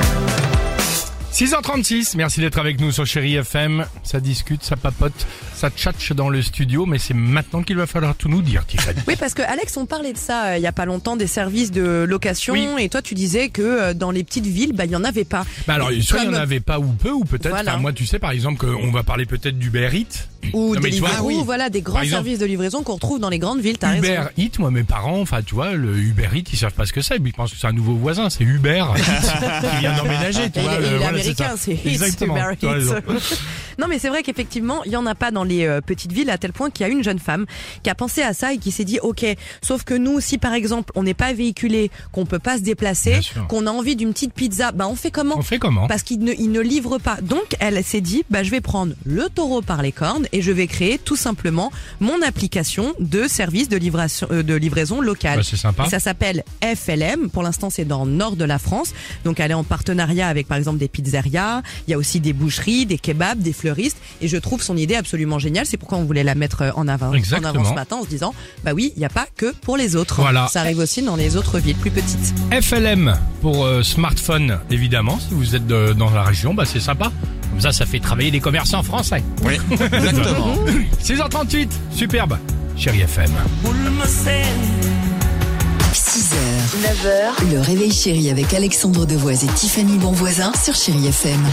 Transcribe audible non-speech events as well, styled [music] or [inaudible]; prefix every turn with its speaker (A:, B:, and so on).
A: Mmh. 6h36, merci d'être avec nous sur Chéri FM. Ça discute, ça papote, ça tchatche dans le studio, mais c'est maintenant qu'il va falloir tout nous dire,
B: [laughs]
A: Tiffany.
B: Oui, parce que Alex, on parlait de ça euh, il y a pas longtemps des services de location
A: Oui.
B: et toi tu disais que euh, dans les petites villes, bah il y en avait pas.
A: Bah alors, soit il n'y en
B: Comme-
A: avait pas ou peu, ou peut-être,
B: Voilà.
A: enfin, moi tu sais par exemple qu'on va parler peut-être d'Uber Eats.
B: Ou
A: Non, mais
B: des
A: tu vois,
B: Deliveroo,
A: oui.
B: voilà des grands
A: Par exemple,
B: services de livraison qu'on retrouve dans les grandes villes, t'as
A: Uber
B: raison.
A: Eats, moi mes parents, enfin tu vois, le Uber Eats, ils savent pas ce que c'est, mais ils pensent que c'est un nouveau voisin, c'est
B: [laughs]
A: Uber qui vient d'emménager, tu
B: Et
A: vois.
B: il
A: le-
B: est- il est
A: voilà,
B: américain,
A: ça.
B: c'est Eats,
A: Exactement,
B: Uber
A: tu as raison.
B: Eats. [laughs] Non, mais c'est vrai qu'effectivement, il y en a pas dans les euh, petites villes à tel point qu'il y a une jeune femme qui a pensé à ça et qui s'est dit OK, sauf que nous, si par exemple on n'est pas véhiculé, qu'on peut pas se déplacer,
A: Bien sûr.
B: qu'on a envie d'une petite pizza, bah on fait comment
A: On fait comment
B: parce qu'il ne, il ne livre pas. Donc, elle s'est dit, bah, je vais prendre le taureau par les cornes et je vais créer tout simplement mon application de service de livraison, euh, de livraison locale.
A: Bah, c'est sympa.
B: Ça s'appelle FLM. Pour l'instant, c'est dans le nord de la France. Donc, elle est en partenariat avec, par exemple, des pizzerias. Il y a aussi des boucheries, des kebabs, des fleuristes. Et je trouve son idée absolument géniale. C'est pourquoi on voulait la mettre euh, en avant, en
A: Exactement.
B: avant ce matin en se disant, bah oui, il n'y a pas que pour les autres.
A: Voilà.
B: Ça arrive aussi dans les autres villes plus petites.
A: FLM pour euh, smartphone, évidemment. Si vous êtes de- dans la région, bah, c'est sympa. Comme ça, ça fait travailler les commerçants français. Oui, [laughs] exactement. 6h38, superbe. Chérie FM.
C: 6h, 9h, le réveil chéri avec Alexandre Devoise et Tiffany Bonvoisin sur Chéri FM.